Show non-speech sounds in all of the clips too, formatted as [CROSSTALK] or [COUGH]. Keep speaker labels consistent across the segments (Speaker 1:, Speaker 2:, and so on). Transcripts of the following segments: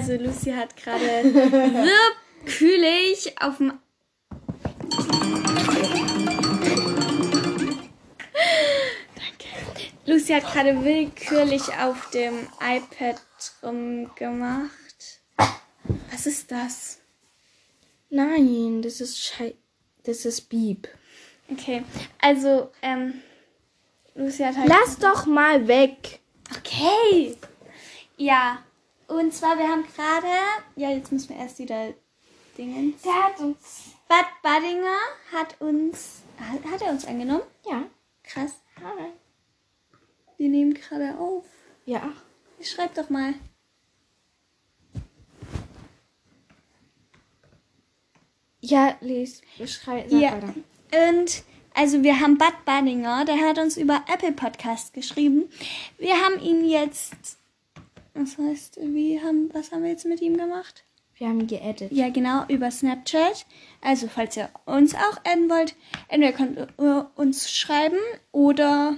Speaker 1: sie Also hat
Speaker 2: [LAUGHS]
Speaker 1: gerade willkürlich auf dem. Danke. Lucy hat gerade willkürlich auf dem iPad rumgemacht. Was ist das?
Speaker 2: Nein, das ist Schei. Das ist Bieb.
Speaker 1: Okay, also, ähm. Lucy hat halt.
Speaker 2: Lass doch mal weg.
Speaker 1: Okay. Ja. Und zwar, wir haben gerade. Ja, jetzt müssen wir erst wieder Dingens.
Speaker 2: Der hat uns.
Speaker 1: Bad Badinger hat uns. Hat, hat er uns angenommen?
Speaker 2: Ja.
Speaker 1: Krass. Wir nehmen gerade auf.
Speaker 2: Ja.
Speaker 1: Schreib doch mal.
Speaker 2: Ja, les. Schrei, sag
Speaker 1: Ja.
Speaker 2: weiter.
Speaker 1: Und also wir haben Bad Badinger, der hat uns über Apple Podcast geschrieben. Wir haben ihn jetzt. Was heißt, wie haben, was haben wir jetzt mit ihm gemacht?
Speaker 2: Wir haben geedit.
Speaker 1: Ja, genau, über Snapchat. Also, falls ihr uns auch adden wollt, entweder könnt ihr uns schreiben oder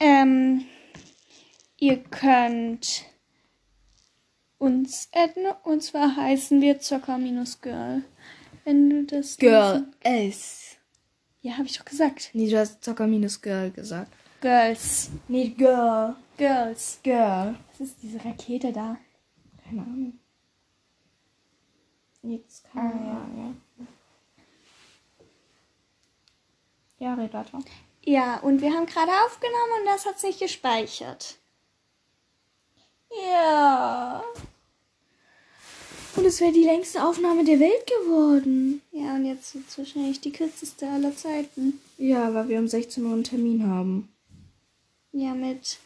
Speaker 1: ähm, ihr könnt uns adden. Und zwar heißen wir Zocker-Girl. Wenn du das.
Speaker 2: S.
Speaker 1: Ja, habe ich doch gesagt.
Speaker 2: Nee, du hast Zocker minus Girl gesagt.
Speaker 1: Girls.
Speaker 2: Nee, Girl.
Speaker 1: Girls.
Speaker 2: Girl.
Speaker 1: Was ist diese Rakete da?
Speaker 2: Keine Ahnung. Jetzt kann man ja, ja. Ja, red weiter.
Speaker 1: Ja, und wir haben gerade aufgenommen und das hat sich gespeichert.
Speaker 2: Ja. Und es wäre die längste Aufnahme der Welt geworden.
Speaker 1: Ja, und jetzt wird wahrscheinlich die kürzeste aller Zeiten.
Speaker 2: Ja, weil wir um 16 Uhr einen Termin haben. ne?
Speaker 1: Ja, mit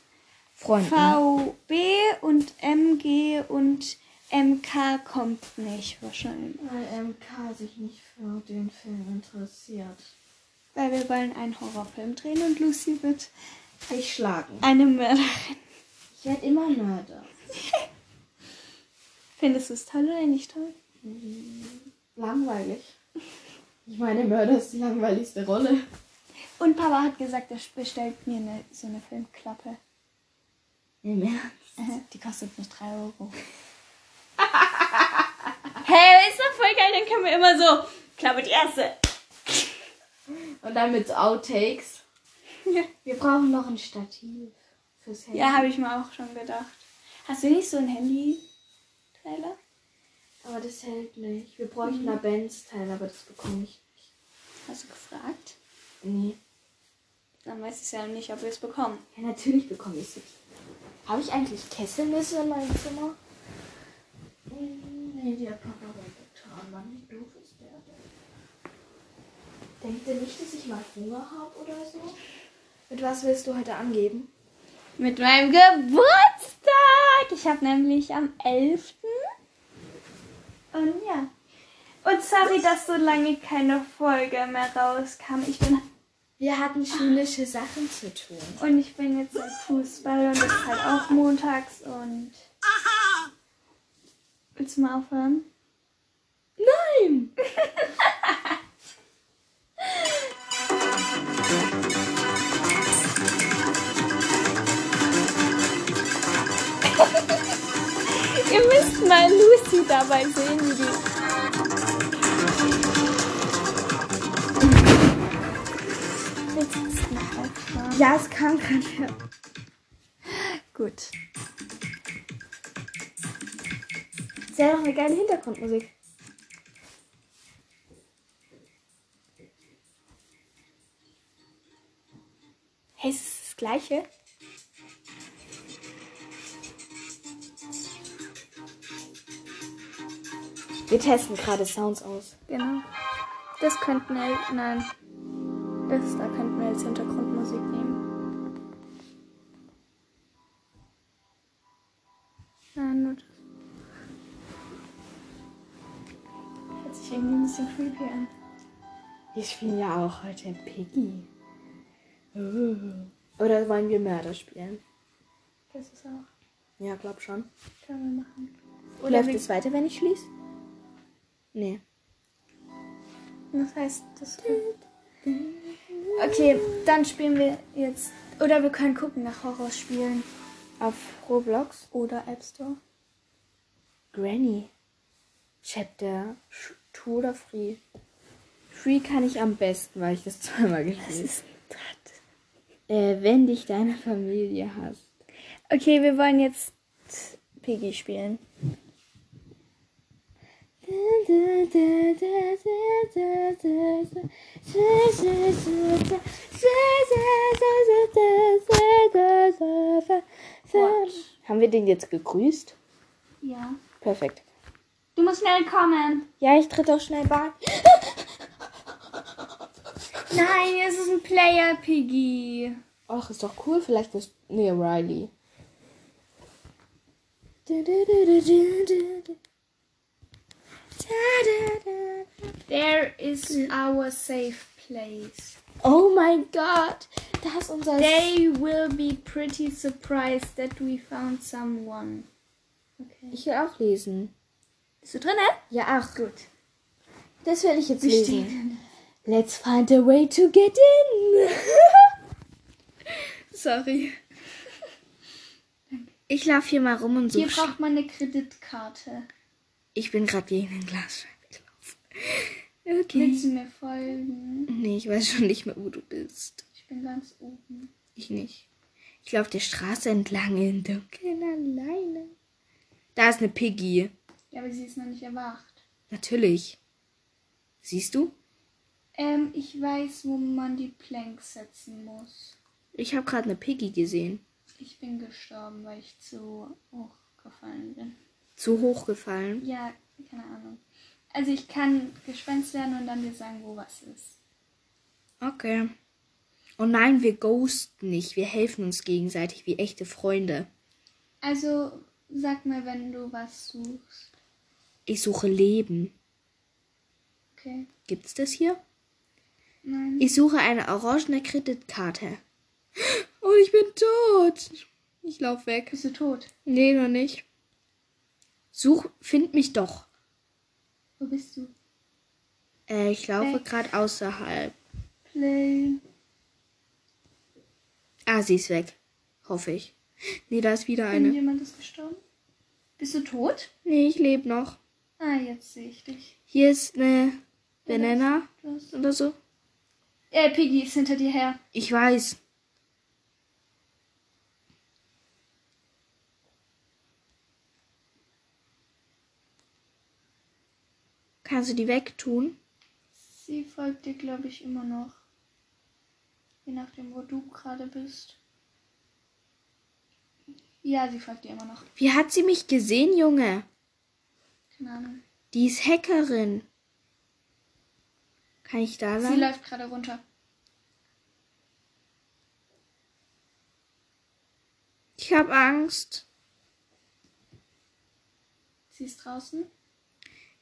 Speaker 2: Freunden.
Speaker 1: ne? VB und MG und MK kommt nicht wahrscheinlich.
Speaker 2: Weil MK sich nicht für den Film interessiert.
Speaker 1: Weil wir wollen einen Horrorfilm drehen und Lucy wird
Speaker 2: Sich schlagen.
Speaker 1: eine Mörderin.
Speaker 2: Ich werde immer Mörder.
Speaker 1: Findest du es toll oder nicht toll?
Speaker 2: Langweilig. Ich meine, Mörder ist die langweiligste Rolle.
Speaker 1: Und Papa hat gesagt, er bestellt mir eine, so eine Filmklappe.
Speaker 2: Im Ernst?
Speaker 1: Die kostet nur 3 [LAUGHS] Euro. hey, ist doch voll geil, dann können wir immer so, Klappe die erste.
Speaker 2: Und dann mit Outtakes. Wir brauchen noch ein Stativ fürs Handy.
Speaker 1: Ja, habe ich mir auch schon gedacht. Hast du nicht so ein Handy-Trailer?
Speaker 2: Aber das hält nicht. Wir bräuchten mhm. Benz-Teil, aber das bekomme ich nicht.
Speaker 1: Hast du gefragt?
Speaker 2: Nee.
Speaker 1: Dann weiß ich ja nicht, ob wir es bekommen.
Speaker 2: Ja, natürlich bekomme ich es nicht. Habe ich eigentlich Kesselnüsse in meinem Zimmer? Mm, Nee, die hat Papa weggetan. Mann, wie doof ist der denn? Denkt ihr nicht, dass ich mal Hunger habe oder so? Mit was willst du heute angeben?
Speaker 1: Mit meinem Geburtstag! Ich habe nämlich am 11. Und ja. Und sorry, dass so lange keine Folge mehr rauskam. Ich bin
Speaker 2: Wir hatten schulische Sachen zu tun.
Speaker 1: und ich bin jetzt im Fußball und es ist halt auch montags und. Willst du mal aufhören?
Speaker 2: Nein!
Speaker 1: [LAUGHS] Ihr müsst mal Lucy dabei sehen, wie die. Willst du es noch aufhören?
Speaker 2: Ja, es kam gerade.
Speaker 1: Gut.
Speaker 2: Sehr ja doch eine geile Hintergrundmusik.
Speaker 1: Hey, ist es das gleiche?
Speaker 2: Wir testen gerade Sounds aus.
Speaker 1: Genau. Das könnten wir. Nein. Das da könnten wir jetzt Hintergrundmusik nehmen. Nein, nur das. Hört sich irgendwie ein bisschen creepy an.
Speaker 2: Wir spielen ja auch heute Piggy. Oh. Oder wollen wir Mörder spielen?
Speaker 1: Das ist auch.
Speaker 2: Ja, glaub schon.
Speaker 1: Können wir machen.
Speaker 2: Läuft es weiter, wenn ich schließe? Nee.
Speaker 1: Das heißt, das. Okay, dann spielen wir jetzt. Oder wir können gucken nach Horrorspielen.
Speaker 2: Auf Roblox?
Speaker 1: Oder App Store.
Speaker 2: Granny. Chapter Sch- True oder Free? Free kann ich am besten, weil ich das zweimal
Speaker 1: Was
Speaker 2: gelesen
Speaker 1: ist das?
Speaker 2: habe. Äh, wenn dich deine Familie hasst.
Speaker 1: Okay, wir wollen jetzt Piggy spielen.
Speaker 2: Haben wir den jetzt gegrüßt?
Speaker 1: Ja.
Speaker 2: Perfekt.
Speaker 1: Du musst schnell kommen.
Speaker 2: Ja, ich tritt auch schnell bei.
Speaker 1: [LAUGHS] Nein, es ist ein Player Piggy.
Speaker 2: Ach, ist doch cool. Vielleicht wirst Nee, Riley.
Speaker 1: There is our safe place.
Speaker 2: Oh mein Gott. Da ist unser...
Speaker 1: They will be pretty surprised that we found someone. Okay.
Speaker 2: Ich will auch lesen.
Speaker 1: Bist du drin?
Speaker 2: Ja, ach.
Speaker 1: Gut.
Speaker 2: Das werde ich jetzt
Speaker 1: Wir
Speaker 2: lesen.
Speaker 1: stehen.
Speaker 2: Let's find a way to get [LAUGHS] in.
Speaker 1: Sorry.
Speaker 2: ich laufe hier mal rum und
Speaker 1: Hier braucht man eine Kreditkarte.
Speaker 2: Ich bin gerade gegen den Glasscheibe gelaufen.
Speaker 1: Willst du mir folgen?
Speaker 2: Nee, ich weiß schon nicht mehr, wo du bist.
Speaker 1: Ich bin ganz oben.
Speaker 2: Ich nicht. Ich laufe der Straße entlang im Dunkeln alleine. Da ist eine Piggy.
Speaker 1: Ja, aber sie ist noch nicht erwacht.
Speaker 2: Natürlich. Siehst du?
Speaker 1: Ähm, ich weiß, wo man die Planks setzen muss.
Speaker 2: Ich habe gerade eine Piggy gesehen.
Speaker 1: Ich bin gestorben, weil ich zu hoch gefallen bin.
Speaker 2: Zu hoch gefallen.
Speaker 1: Ja, keine Ahnung. Also ich kann Gespenst lernen und dann dir sagen, wo was ist.
Speaker 2: Okay. Oh nein, wir ghosten nicht. Wir helfen uns gegenseitig wie echte Freunde.
Speaker 1: Also sag mal, wenn du was suchst.
Speaker 2: Ich suche Leben.
Speaker 1: Okay.
Speaker 2: Gibt's das hier?
Speaker 1: Nein.
Speaker 2: Ich suche eine orangene Kreditkarte. Und ich bin tot. Ich lauf weg.
Speaker 1: Bist du tot?
Speaker 2: Nee, noch nicht. Such, find mich doch.
Speaker 1: Wo bist du?
Speaker 2: Äh, ich laufe
Speaker 1: Weg.
Speaker 2: gerade außerhalb.
Speaker 1: Play.
Speaker 2: Ah, sie ist weg. Hoffe ich. Nee, da ist wieder eine.
Speaker 1: Irgendjemand ist gestorben? Bist du tot?
Speaker 2: Nee, ich lebe noch.
Speaker 1: Ah, jetzt sehe ich dich.
Speaker 2: Hier ist eine Banana
Speaker 1: Du hast...
Speaker 2: oder so.
Speaker 1: Äh, Piggy ist hinter dir her.
Speaker 2: Ich weiß. Kannst du die wegtun?
Speaker 1: Sie folgt dir, glaube ich, immer noch. Je nachdem, wo du gerade bist. Ja, sie folgt dir immer noch.
Speaker 2: Wie hat sie mich gesehen, Junge?
Speaker 1: Keine Ahnung.
Speaker 2: Die ist Hackerin. Kann ich da
Speaker 1: Sie
Speaker 2: sein?
Speaker 1: läuft gerade runter.
Speaker 2: Ich habe Angst.
Speaker 1: Sie ist draußen.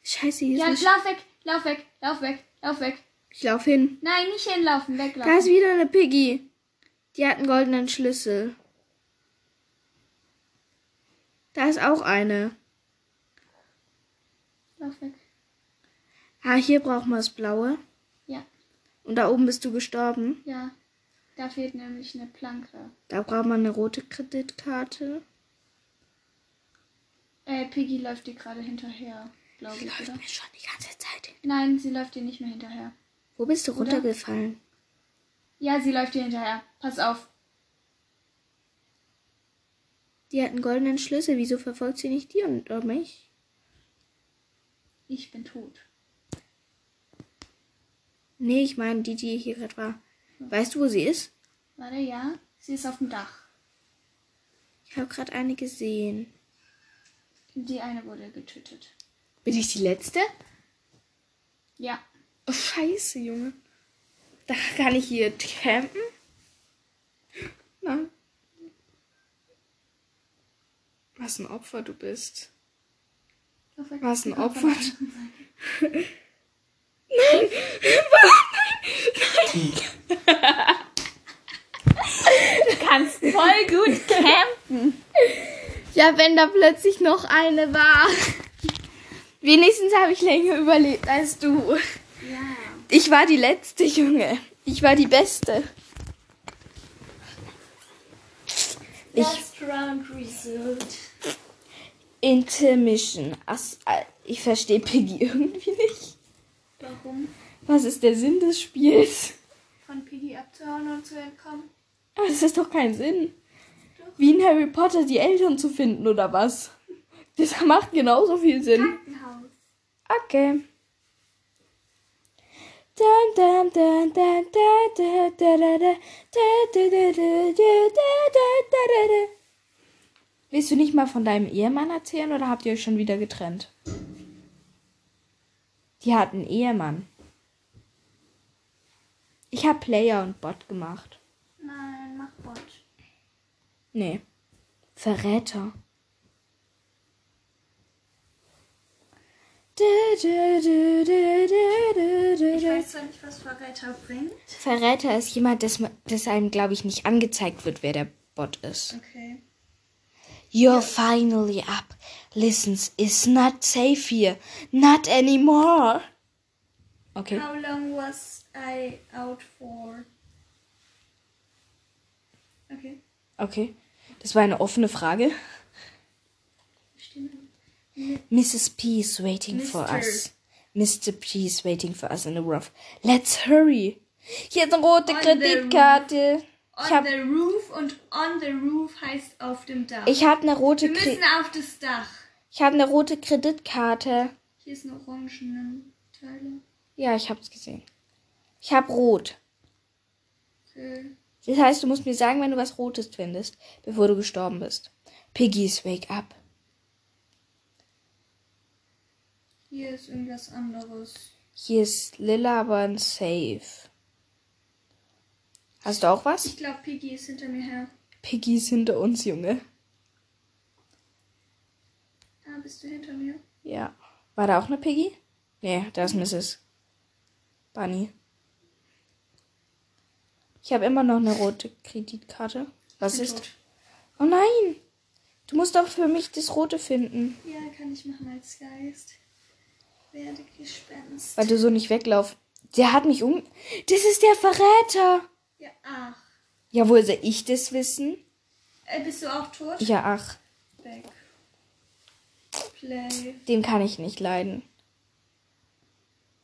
Speaker 2: Scheiße, hier ist
Speaker 1: Ja,
Speaker 2: eine Sch
Speaker 1: lauf weg, lauf weg, lauf weg, lauf weg.
Speaker 2: Ich lauf hin.
Speaker 1: Nein, nicht hinlaufen,
Speaker 2: Da ist
Speaker 1: weglaufen.
Speaker 2: wieder eine Piggy. Die hat einen goldenen Schlüssel. Da ist auch eine.
Speaker 1: Lauf weg.
Speaker 2: Ah, hier brauchen wir das Blaue.
Speaker 1: Ja,
Speaker 2: Und da oben bist du gestorben.
Speaker 1: ja. Da fehlt nämlich eine Planke.
Speaker 2: Da braucht man eine rote Kreditkarte.
Speaker 1: Äh, Piggy läuft dir gerade hinterher, glaube ich, oder?
Speaker 2: mir schon die ganze Zeit hin.
Speaker 1: Nein, sie läuft dir nicht mehr hinterher.
Speaker 2: Wo bist du
Speaker 1: Oder?
Speaker 2: runtergefallen?
Speaker 1: Ja, sie läuft dir hinterher. Pass auf.
Speaker 2: Die hat einen goldenen Schlüssel. Wieso verfolgt sie nicht die und oder mich?
Speaker 1: Ich bin tot.
Speaker 2: Nee, ich meine die, die hier gerade war. Weißt du, wo sie ist?
Speaker 1: Warte, ja. Sie ist auf dem Dach.
Speaker 2: Ich habe gerade eine gesehen.
Speaker 1: Die eine wurde getötet.
Speaker 2: Bin ich die Letzte?
Speaker 1: Ja.
Speaker 2: Oh, scheiße, Junge. Da kann ich hier campen? Nein. Was ein Opfer du bist. Was, ein Opfer?
Speaker 1: Du kannst voll gut campen.
Speaker 2: Ja, wenn da plötzlich noch eine war. Wenigstens habe ich länger überlebt als du.
Speaker 1: Ja.
Speaker 2: Ich war die letzte, Junge. Ich war die beste. Ich,
Speaker 1: Last round result.
Speaker 2: Intermission. As äh, ich verstehe Piggy irgendwie nicht.
Speaker 1: Warum?
Speaker 2: Was ist der Sinn des Spiels?
Speaker 1: Von Piggy abzuhauen und zu entkommen?
Speaker 2: Aber das ist doch kein Sinn.
Speaker 1: Doch.
Speaker 2: Wie in Harry Potter die Eltern zu finden oder was? Das macht genauso viel Sinn.
Speaker 1: Krankenhaus.
Speaker 2: Okay. Dun, dun, dun, dun, dun, dun, dun, dun, dun, dun, dun, dun, dun, dun, dun, dun, dun, dun. Willst du nicht mal von deinem Ehemann erzählen oder habt ihr euch schon wieder getrennt? Die hat einen Ehemann. Ich hab Player und Bot gemacht.
Speaker 1: Nein, mach Bot.
Speaker 2: Nee. Verräter. Du, du, du, du, du, du, du,
Speaker 1: Ich
Speaker 2: du.
Speaker 1: weiß zwar nicht, was Verräter bringt.
Speaker 2: Verräter ist jemand, das, ma- das einem, glaube ich, nicht angezeigt wird, wer der Bot ist.
Speaker 1: Okay.
Speaker 2: You're finally up. Listens, it's not safe here. Not anymore. Okay.
Speaker 1: How long was I out for? Okay,
Speaker 2: Okay. Das war eine offene Frage.
Speaker 1: stimmt.
Speaker 2: Mrs. P is waiting for
Speaker 1: Mister.
Speaker 2: us. Mr. P is waiting for us in the roof. Let's hurry. Hier ist eine rote
Speaker 1: On the
Speaker 2: Kreditkarte.
Speaker 1: On
Speaker 2: Ich hab,
Speaker 1: the roof und on the roof heißt auf dem Dach.
Speaker 2: ich hab eine rote
Speaker 1: Wir
Speaker 2: Kre
Speaker 1: müssen auf das Dach.
Speaker 2: ich hab eine rote Kreditkarte.
Speaker 1: Hier ist ein orangener Teil.
Speaker 2: Ja, ich hab's gesehen. Ich hab rot.
Speaker 1: Okay.
Speaker 2: Das heißt, du musst mir sagen, wenn du was Rotes findest, bevor du gestorben bist. Piggies, wake up.
Speaker 1: Hier ist irgendwas anderes.
Speaker 2: Hier ist lila, aber ein Safe. Hast du auch was?
Speaker 1: Ich glaube, Piggy ist hinter mir her.
Speaker 2: Piggy ist hinter uns, Junge.
Speaker 1: Ah, bist du hinter mir?
Speaker 2: Ja. War da auch eine Piggy? Nee, da ist Mrs. Bunny. Ich habe immer noch eine rote Kreditkarte. Was
Speaker 1: bin
Speaker 2: ist?
Speaker 1: tot.
Speaker 2: Oh nein! Du musst doch für mich das Rote finden,
Speaker 1: Ja, kann ich machen als Geist. Werde Gespenst.
Speaker 2: weil du so nicht weglaufst. Der hat mich um. Das ist der Verräter!
Speaker 1: Ja, ach.
Speaker 2: Ja, woher soll ich das wissen?
Speaker 1: Äh, bist du auch tot?
Speaker 2: Ja, ach,
Speaker 1: Back. Play.
Speaker 2: dem kann ich nicht leiden.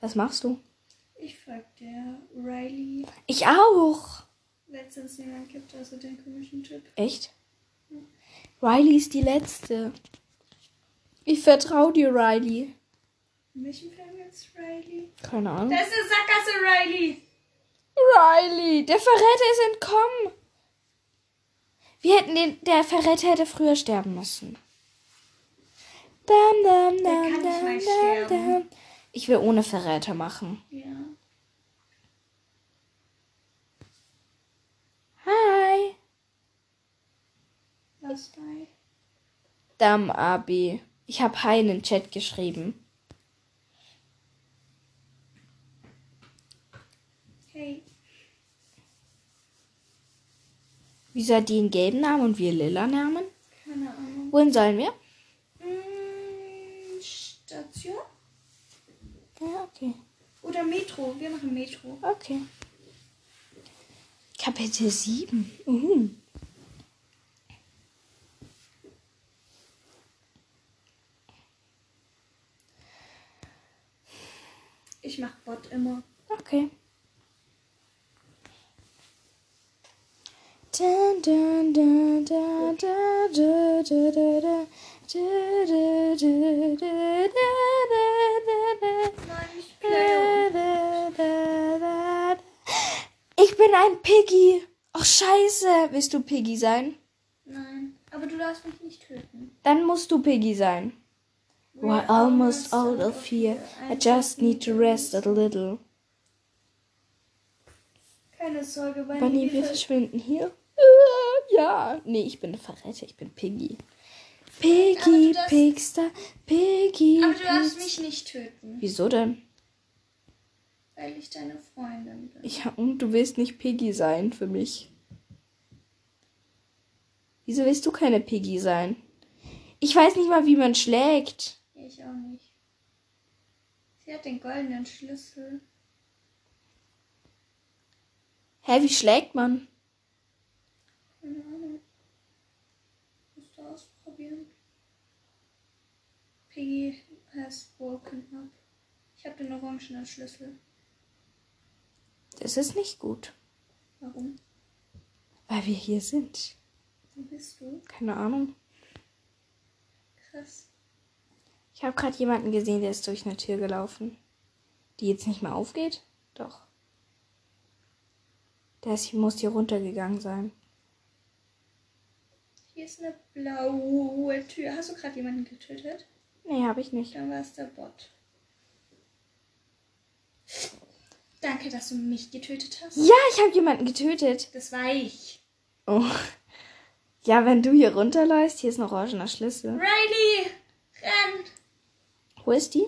Speaker 2: Was machst du?
Speaker 1: Ich folg dir. Riley.
Speaker 2: Ich auch!
Speaker 1: Wenn es sonst niemand gibt, außer den komischen Typ.
Speaker 2: Echt? Riley ist die Letzte. Ich vertraue dir, Riley.
Speaker 1: In welchem Film jetzt Riley?
Speaker 2: Keine Ahnung.
Speaker 1: Da ist eine Sackgasse, Riley!
Speaker 2: Riley, der Verräter ist entkommen. Wir hätten den, der Verräter hätte früher sterben müssen. Dam, dam, dam,
Speaker 1: kann nicht mal sterben.
Speaker 2: dam. Ich will ohne Verräter machen.
Speaker 1: Ja.
Speaker 2: Hi.
Speaker 1: Was bei?
Speaker 2: Dam, Abi. Ich habe Hi in den Chat geschrieben.
Speaker 1: Hey.
Speaker 2: Wieso hat die einen gelben Namen und wir lila Namen?
Speaker 1: Keine Ahnung.
Speaker 2: Wohin sollen wir?
Speaker 1: Mm, Station?
Speaker 2: Ja, okay.
Speaker 1: Oder Metro. Wir machen Metro.
Speaker 2: Okay. Kapitel 7. Uh.
Speaker 1: Ich mach Bot immer.
Speaker 2: Okay. Dun, dun, dun, dun, dun, dun, dun, dun, dun. Dun, dun, dun, dun, dun, dun, dun,
Speaker 1: Nein, ich
Speaker 2: dun, dun, dun, dun. Ich bin ein Piggy. Ach scheiße. Willst du Piggy sein?
Speaker 1: Nein. Aber du darfst mich nicht töten.
Speaker 2: Dann musst du Piggy sein. We're almost out of here. I just need to rest a little.
Speaker 1: Keine Sorge, Bunny.
Speaker 2: Bunny,
Speaker 1: wir
Speaker 2: wir
Speaker 1: ver-
Speaker 2: verschwinden hier. Äh, Ja. Nee, ich bin eine Verräter, ich bin Piggy.
Speaker 1: Aber du
Speaker 2: Piggy,
Speaker 1: darfst-
Speaker 2: Pigster, Piggy.
Speaker 1: Aber du darfst
Speaker 2: Pigster.
Speaker 1: mich nicht töten,
Speaker 2: Wieso denn?
Speaker 1: weil ich deine Freundin bin.
Speaker 2: Ja, und du willst nicht Piggy sein für mich. Wieso willst du keine Piggy sein? Ich weiß nicht mal, wie man schlägt.
Speaker 1: Ich auch nicht. Sie hat den goldenen Schlüssel.
Speaker 2: Hä, wie schlägt man?
Speaker 1: Keine Ahnung. Musst du ausprobieren. Piggy has woken up. Ich habe den orangenen Schlüssel.
Speaker 2: Das ist nicht gut,
Speaker 1: Warum?
Speaker 2: weil wir hier sind.
Speaker 1: Wo bist du?
Speaker 2: Keine Ahnung.
Speaker 1: Krass.
Speaker 2: Ich habe gerade jemanden gesehen, der ist durch eine Tür gelaufen. Die jetzt nicht mehr aufgeht? Doch. Der ist, muss hier runtergegangen sein.
Speaker 1: Hier ist eine blaue Tür. Hast du gerade jemanden getötet?
Speaker 2: Nee, habe ich nicht.
Speaker 1: Dann war es der Bot. Danke, dass du mich getötet hast.
Speaker 2: Ja, ich habe jemanden getötet.
Speaker 1: Das war ich.
Speaker 2: Oh. Ja, wenn du hier runterläufst, hier ist ein orangener Schlüssel.
Speaker 1: Riley! Renn!
Speaker 2: Wo ist die?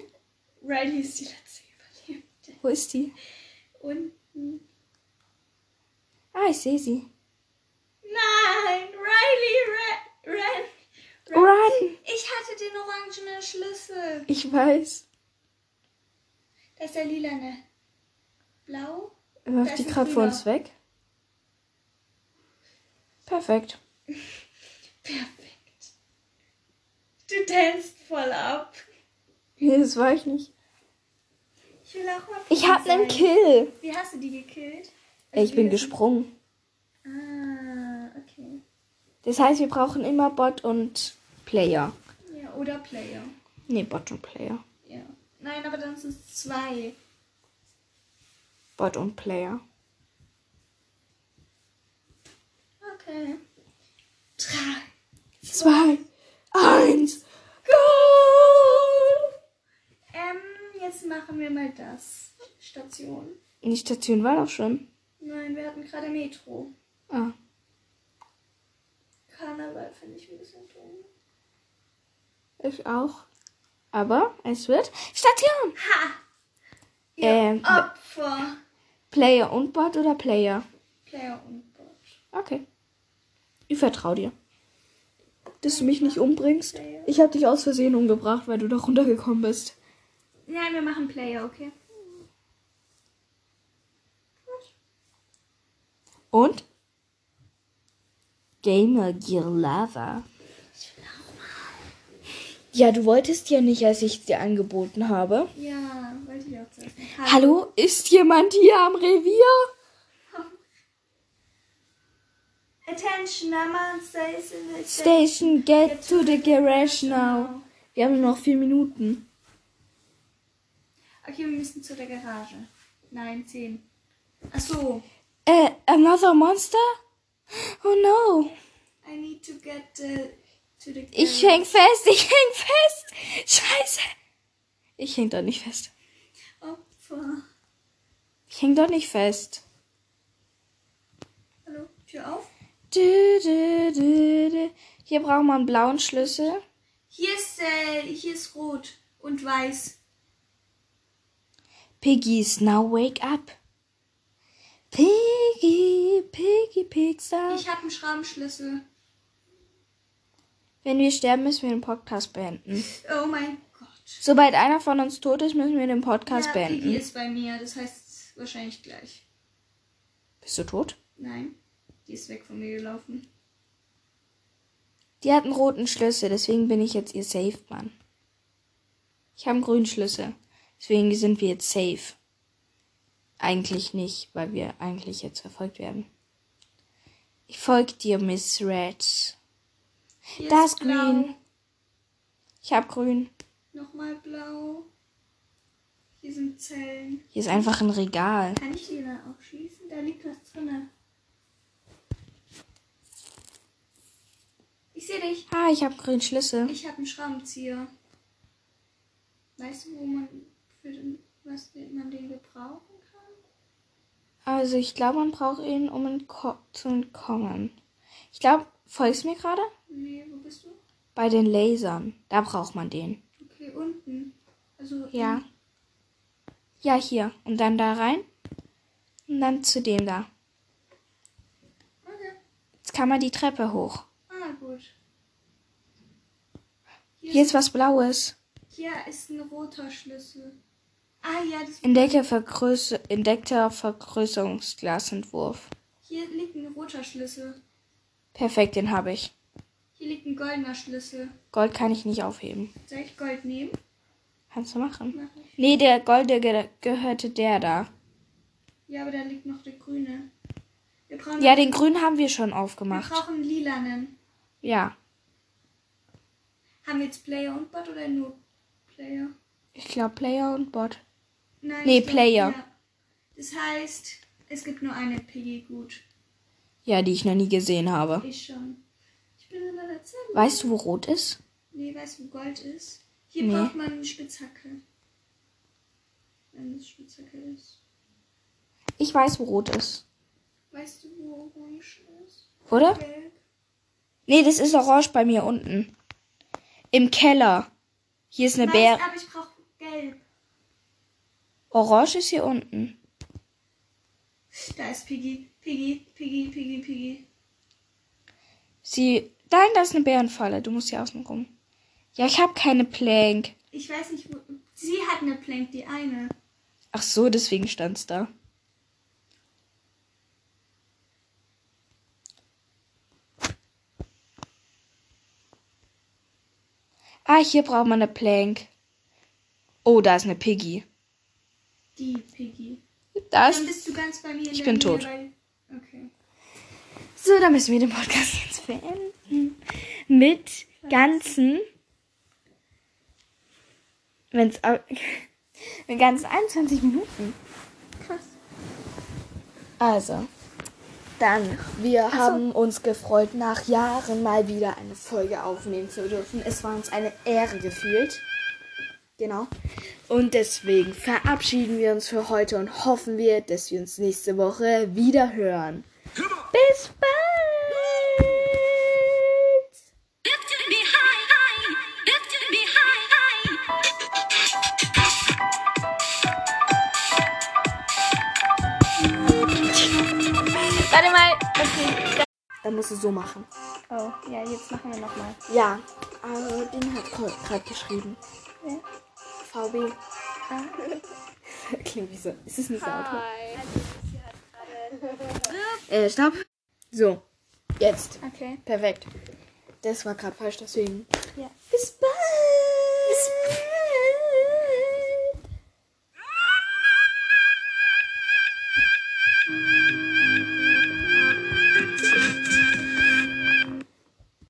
Speaker 1: Riley ist die letzte Überlebende.
Speaker 2: Wo ist die?
Speaker 1: Unten.
Speaker 2: Ah, ich sehe sie.
Speaker 1: Nein! Riley! Renn! Renn!
Speaker 2: Run!
Speaker 1: Ich hatte den orangenen Schlüssel.
Speaker 2: Ich weiß.
Speaker 1: Da ist der lilane. Blau?
Speaker 2: Läuft
Speaker 1: Da
Speaker 2: die
Speaker 1: ist ein
Speaker 2: gerade vor
Speaker 1: Grüner.
Speaker 2: uns weg? Perfekt.
Speaker 1: Perfekt. Du tanzt voll ab.
Speaker 2: Nee, das war ich nicht.
Speaker 1: Ich will auch mal
Speaker 2: Ich habe
Speaker 1: Prinz
Speaker 2: einen
Speaker 1: sein.
Speaker 2: Kill.
Speaker 1: Wie hast du die gekillt? Also
Speaker 2: Ich bin
Speaker 1: Wie das-
Speaker 2: gesprungen.
Speaker 1: Ah, okay.
Speaker 2: Das heißt, wir brauchen immer Bot und Player.
Speaker 1: Ja, oder Player.
Speaker 2: Nee, Bot und Player.
Speaker 1: Ja. Nein, aber dann sind es zwei.
Speaker 2: Bot und Player.
Speaker 1: Okay. Drei.
Speaker 2: Zwei, eins, go!
Speaker 1: Ähm, jetzt machen wir mal das. Station.
Speaker 2: Die Station war doch schon.
Speaker 1: Nein, wir hatten gerade Metro.
Speaker 2: Ah.
Speaker 1: Karneval finde ich ein bisschen dumm.
Speaker 2: Ich auch. Aber es wird Station.
Speaker 1: Ha! Ihr
Speaker 2: Ähm,
Speaker 1: Opfer.
Speaker 2: Player und Bot oder Player?
Speaker 1: Player und Bot.
Speaker 2: Okay. Ich vertraue dir. Dass du mich nicht umbringst. Ich habe dich aus Versehen umgebracht, weil du da runtergekommen bist.
Speaker 1: Nein, wir machen Player, okay?
Speaker 2: Und? Gamer Gear Lava. Ja, du wolltest ja nicht, als ich dir angeboten habe.
Speaker 1: Ja, wollte ich auch sagen.
Speaker 2: Hallo, ist jemand hier am Revier?
Speaker 1: Attention, Mama stays in the
Speaker 2: Station, get to the garage now. Wir haben nur noch vier Minuten.
Speaker 1: Okay, wir müssen zu der Garage. Nein, 10. Ach so.
Speaker 2: Äh, another monster? Oh no.
Speaker 1: I need to get the, to the
Speaker 2: Ich
Speaker 1: garage.
Speaker 2: häng fest, ich häng fest. Scheiße. Ich häng doch nicht fest.
Speaker 1: Opfer.
Speaker 2: Ich häng doch nicht fest.
Speaker 1: Hallo, Tür auf.
Speaker 2: Dü, dü, dü, dü. Hier brauchen wir einen blauen Schlüssel.
Speaker 1: Hier ist, äh, hier ist rot und weiß.
Speaker 2: Piggies, now wake up. Piggy, Piggy, Pixar.
Speaker 1: Ich habe einen Schraubschlüssel.
Speaker 2: Wenn wir sterben, müssen wir den Podcast beenden.
Speaker 1: Oh mein Gott.
Speaker 2: Sobald einer von uns tot ist, müssen wir den Podcast
Speaker 1: ja,
Speaker 2: beenden.
Speaker 1: Piggy ist bei mir, das heißt wahrscheinlich gleich.
Speaker 2: Bist du tot?
Speaker 1: Nein, die ist weg von mir gelaufen.
Speaker 2: Die hat einen roten Schlüssel, deswegen bin ich jetzt ihr Safe-Mann. Ich habe einen grünen Schlüssel. Deswegen sind wir jetzt safe. Eigentlich nicht, weil wir eigentlich jetzt verfolgt werden. Ich folge dir, Miss Red.
Speaker 1: Hier
Speaker 2: Da ist
Speaker 1: blau.
Speaker 2: grün. Ich habe grün.
Speaker 1: Nochmal blau. Hier sind Zellen.
Speaker 2: Hier ist einfach ein Regal.
Speaker 1: Kann ich die da aufschließen? Da liegt was drinne. Ich sehe dich.
Speaker 2: Ah, ich habe grünen Schlüssel.
Speaker 1: Ich habe einen Schraubenzieher. Weißt du, wo man für den, was den- man den gebrauchen kann?
Speaker 2: Also ich glaube, man braucht ihn, um entko- zu entkommen. Ich glaube, folgst du mir gerade?
Speaker 1: Nee, wo bist du?
Speaker 2: Bei den Lasern. Da braucht man den.
Speaker 1: Okay, unten. Also
Speaker 2: Ja. Ja, hier. Und dann da rein. Und dann zu dem da.
Speaker 1: Okay.
Speaker 2: Jetzt kann man die Treppe hoch.
Speaker 1: Ah, gut.
Speaker 2: Hier ist was Blaues.
Speaker 1: Hier ist ein roter Schlüssel. Ah ja, das,
Speaker 2: Entdeckter, Vergrößer Entdeckter Vergrößerungsglasentwurf.
Speaker 1: hier liegt ein roter Schlüssel.
Speaker 2: Perfekt, den habe ich.
Speaker 1: Hier Hier liegt ein goldener Schlüssel.
Speaker 2: Gold kann ich nicht aufheben.
Speaker 1: Soll ich Gold nehmen?
Speaker 2: Kannst du machen.
Speaker 1: Mach ich.
Speaker 2: Nee, der Gold, der ge gehörte der da.
Speaker 1: Ja, aber da liegt noch der grüne. Wir brauchen,
Speaker 2: Ja, den grünen haben wir schon
Speaker 1: wir
Speaker 2: aufgemacht.
Speaker 1: brauchen einen lilanen.
Speaker 2: Ja,
Speaker 1: Haben wir jetzt Player und Bot oder nur Player?
Speaker 2: ich glaube Player und Bot.
Speaker 1: Nein,
Speaker 2: Nee,
Speaker 1: ich glaub,
Speaker 2: Player.
Speaker 1: ja. Das heißt, es gibt nur eine Piggy gut.
Speaker 2: Ja, die ich noch nie gesehen habe.
Speaker 1: Ich schon. Ich bin in der Zeit.
Speaker 2: Weißt du, wo rot ist?
Speaker 1: Nee, weißt du, wo Gold ist? Hier
Speaker 2: Nee.
Speaker 1: braucht man eine Spitzhacke. Wenn es Spitzhacke ist.
Speaker 2: Ich weiß, wo rot ist.
Speaker 1: Weißt du, wo Orange ist?
Speaker 2: Oder?
Speaker 1: Gelb.
Speaker 2: Nee, das ist orange bei mir unten. Im Keller. Hier ist eine
Speaker 1: Weiß,
Speaker 2: Bär.
Speaker 1: aber ich brauche gelb.
Speaker 2: Orange ist hier unten.
Speaker 1: Da ist Piggy. Piggy, Piggy, Piggy, Piggy.
Speaker 2: Sie. Nein, da ist eine Bärenfalle. Du musst hier außen rum. Ja, ich habe keine Plank.
Speaker 1: Ich weiß nicht, wo. Sie hat eine Plank, die eine.
Speaker 2: Ach so, deswegen stand's da. Ah, hier braucht man eine Plank. Oh, da ist eine Piggy.
Speaker 1: Die Piggy.
Speaker 2: Da
Speaker 1: Dann
Speaker 2: ist.
Speaker 1: bist du ganz bei mir. in
Speaker 2: Ich
Speaker 1: der
Speaker 2: bin
Speaker 1: Nähe,
Speaker 2: tot.
Speaker 1: weil- Okay.
Speaker 2: So, da müssen wir den Podcast jetzt beenden. Mit ganzen. Wenn's. au- [LAUGHS] Mit ganzen 21 Minuten.
Speaker 1: Krass.
Speaker 2: Also, dann, wir haben uns gefreut, nach Jahren mal wieder eine Folge aufnehmen zu dürfen. Es war uns eine Ehre gefühlt. Genau. Und deswegen verabschieden wir uns für heute und hoffen wir, dass wir uns nächste Woche wieder hören. Bis bald!
Speaker 3: Lift me high, high, lift me high, high.
Speaker 1: Warte mal. Okay.
Speaker 2: Dann musst du so machen.
Speaker 1: Oh, ja, jetzt machen wir nochmal.
Speaker 2: Ja, also den hat Paul gerade geschrieben. VB. [LAUGHS] Klingt wie so. Ist es nicht so Auto? Äh, stopp. So, jetzt.
Speaker 1: Okay.
Speaker 2: Perfekt. Das war gerade falsch, deswegen.
Speaker 1: Ja.
Speaker 2: Bis